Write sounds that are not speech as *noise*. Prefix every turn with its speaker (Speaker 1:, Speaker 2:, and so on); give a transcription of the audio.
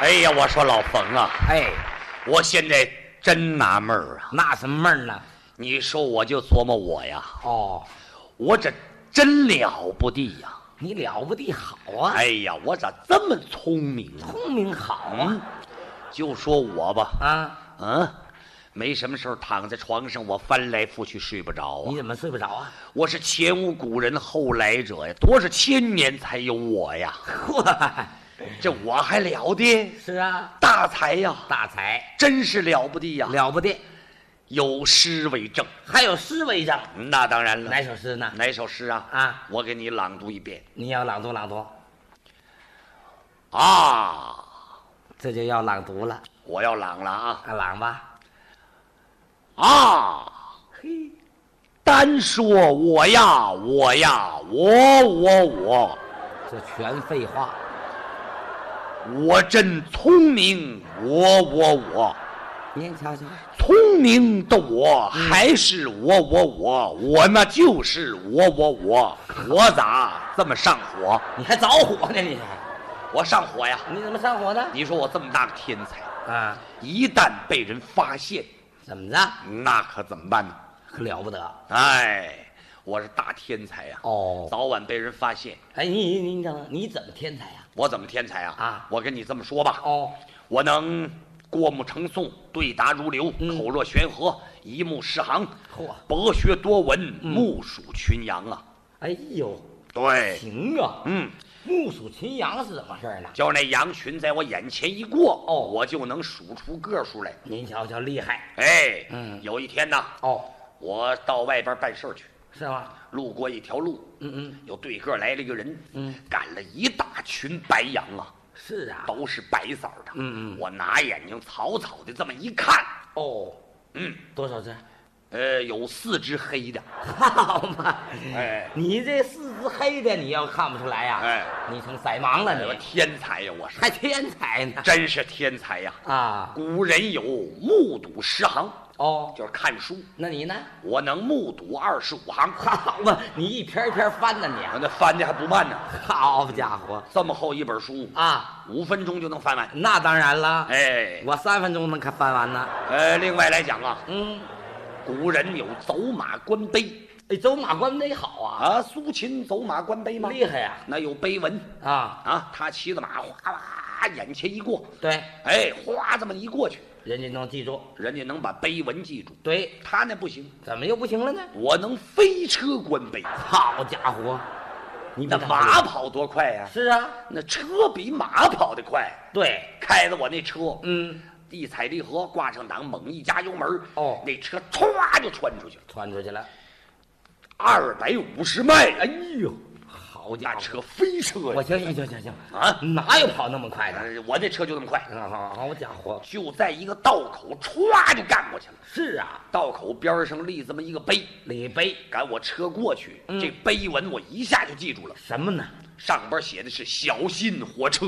Speaker 1: 哎呀，我说老冯啊，
Speaker 2: 哎，
Speaker 1: 我现在真纳闷儿啊！
Speaker 2: 纳什么闷儿呢？
Speaker 1: 你说我就琢磨我呀，
Speaker 2: 哦，
Speaker 1: 我这真了不地呀、
Speaker 2: 你了不地好啊，
Speaker 1: 哎呀，我咋这么聪明啊？
Speaker 2: 聪明好啊
Speaker 1: 嗯，就说我吧，
Speaker 2: 啊！
Speaker 1: 嗯，没什么事儿，躺在床上我翻来覆去睡不着啊
Speaker 2: 你。怎么睡不着 *laughs* 啊？
Speaker 1: 我是前无古人后来者呀，多少千年才有我呀，
Speaker 2: 嚯，
Speaker 1: 这我还了得？
Speaker 2: 是啊，
Speaker 1: 大才呀，
Speaker 2: 大才
Speaker 1: 真是了不地呀！
Speaker 2: 了不地，
Speaker 1: 有诗为证，
Speaker 2: 还有诗为证。
Speaker 1: 那当然了。
Speaker 2: 哪首诗呢？
Speaker 1: 哪首诗啊？
Speaker 2: 啊，
Speaker 1: 我给你朗读一遍
Speaker 2: 你要朗读朗读，
Speaker 1: 啊！
Speaker 2: 这就要朗读了，
Speaker 1: 我要朗了啊
Speaker 2: 啊，朗吧。
Speaker 1: 啊！
Speaker 2: 嘿，
Speaker 1: 单说我呀，我呀，我我我，
Speaker 2: 这全废话，
Speaker 1: 我真聪明，我我我，
Speaker 2: 您瞧瞧，
Speaker 1: 聪明的我还是我我我，我那就是我我我，我咋这么上火？
Speaker 2: 你还着火呢你？
Speaker 1: 我上火呀！
Speaker 2: 你怎么上火呢？
Speaker 1: 你说我这么大个天才，
Speaker 2: 啊，
Speaker 1: 一旦被人发现，
Speaker 2: 怎么着？
Speaker 1: 那可怎么办呢？
Speaker 2: 可了不得
Speaker 1: 哎，我是大天才呀、
Speaker 2: 哦！
Speaker 1: 早晚被人发现。
Speaker 2: 哎，你你你等等，你怎么天才呀、
Speaker 1: 我怎么天才啊？
Speaker 2: 啊
Speaker 1: 我跟你这么说吧，
Speaker 2: 哦，
Speaker 1: 我能过目成诵，对答如流，
Speaker 2: 嗯
Speaker 1: 口若悬河，一目十行，
Speaker 2: 嚯，嗯
Speaker 1: 博学多闻，目属群羊啊。
Speaker 2: 哎呦，
Speaker 1: 对，
Speaker 2: 行啊，
Speaker 1: 嗯，
Speaker 2: 木属群羊是怎么事儿呢？
Speaker 1: 就是那羊群在我眼前一过，
Speaker 2: 哦
Speaker 1: 我就能数出个数来。
Speaker 2: 您瞧瞧，厉害
Speaker 1: 哎，
Speaker 2: 嗯
Speaker 1: 有一天呐，
Speaker 2: 哦，
Speaker 1: 我到外边办事儿去，
Speaker 2: 是吗？
Speaker 1: 路过一条路，
Speaker 2: 嗯嗯，
Speaker 1: 有对个来了一个人，
Speaker 2: 嗯，
Speaker 1: 赶了一大群白羊啊。
Speaker 2: 是啊，
Speaker 1: 都是白色儿的。
Speaker 2: 嗯嗯
Speaker 1: 我拿眼睛草草的这么一看，
Speaker 2: 哦，
Speaker 1: 嗯，
Speaker 2: 多少只？
Speaker 1: 呃，有四只黑的。
Speaker 2: *laughs* 好嘛，
Speaker 1: 哎
Speaker 2: *laughs* 你这四肢黑的，你要看不出来呀、
Speaker 1: 哎，
Speaker 2: 你成色盲
Speaker 1: 哎
Speaker 2: 了
Speaker 1: 我
Speaker 2: 你，
Speaker 1: 天才呀，我是，
Speaker 2: 还天才呢？
Speaker 1: 真是天才呀！
Speaker 2: 啊，
Speaker 1: 古人有目睹十行，
Speaker 2: 哦，
Speaker 1: 就是看书，
Speaker 2: 那你呢？ *laughs*
Speaker 1: 我能目睹二十五行。
Speaker 2: 好嘛，你一篇一篇翻呢
Speaker 1: 我
Speaker 2: 你，
Speaker 1: 啊
Speaker 2: 啊
Speaker 1: 那翻的还不慢呢，
Speaker 2: 好家伙
Speaker 1: 这么厚一本书，
Speaker 2: 啊！
Speaker 1: 五分钟就能翻完。
Speaker 2: 那当然了，
Speaker 1: 哎，
Speaker 2: 我三分钟能看翻完呢。
Speaker 1: 呃，另外来讲啊，
Speaker 2: 嗯，
Speaker 1: 古人有走马观碑
Speaker 2: 哎，走马观碑好啊，
Speaker 1: 啊，苏秦走马观碑吗？
Speaker 2: 厉害呀、
Speaker 1: 那有碑文
Speaker 2: 啊！
Speaker 1: 啊，他骑着马哗啦，眼前一过，
Speaker 2: 对，
Speaker 1: 哎，哗这么一过去，
Speaker 2: 人家能记住。
Speaker 1: 人家能把碑文记住，
Speaker 2: 对，
Speaker 1: 他那不行，
Speaker 2: 怎么又不行了呢？
Speaker 1: 我能飞车观碑，
Speaker 2: 好家伙，你
Speaker 1: 那
Speaker 2: 比他
Speaker 1: 马
Speaker 2: 厉
Speaker 1: 跑多快呀、
Speaker 2: 害是啊，
Speaker 1: 那车比马跑得快，
Speaker 2: 对，
Speaker 1: 开着我那车，
Speaker 2: 嗯，
Speaker 1: 一踩离合，挂上档，猛一加油门，
Speaker 2: 哦
Speaker 1: 那车歘就窜出去了，
Speaker 2: 窜出去了。
Speaker 1: 二百五十迈，
Speaker 2: 哎
Speaker 1: 哎，
Speaker 2: 呦，好家
Speaker 1: 那
Speaker 2: 伙！
Speaker 1: 车飞车
Speaker 2: 我
Speaker 1: 呀，
Speaker 2: 行行行行行，
Speaker 1: 啊，
Speaker 2: 哪有跑那么快的？
Speaker 1: 呃我那车就那么快，
Speaker 2: 好好家伙，
Speaker 1: 就在一个道口歘就干过去了，
Speaker 2: 是啊，
Speaker 1: 道口边上立这么一个碑。
Speaker 2: 李碑
Speaker 1: 赶我车过去，
Speaker 2: 嗯
Speaker 1: 这碑文我一下就记住了。
Speaker 2: 什么呢？
Speaker 1: 上边写的是“小心火车”。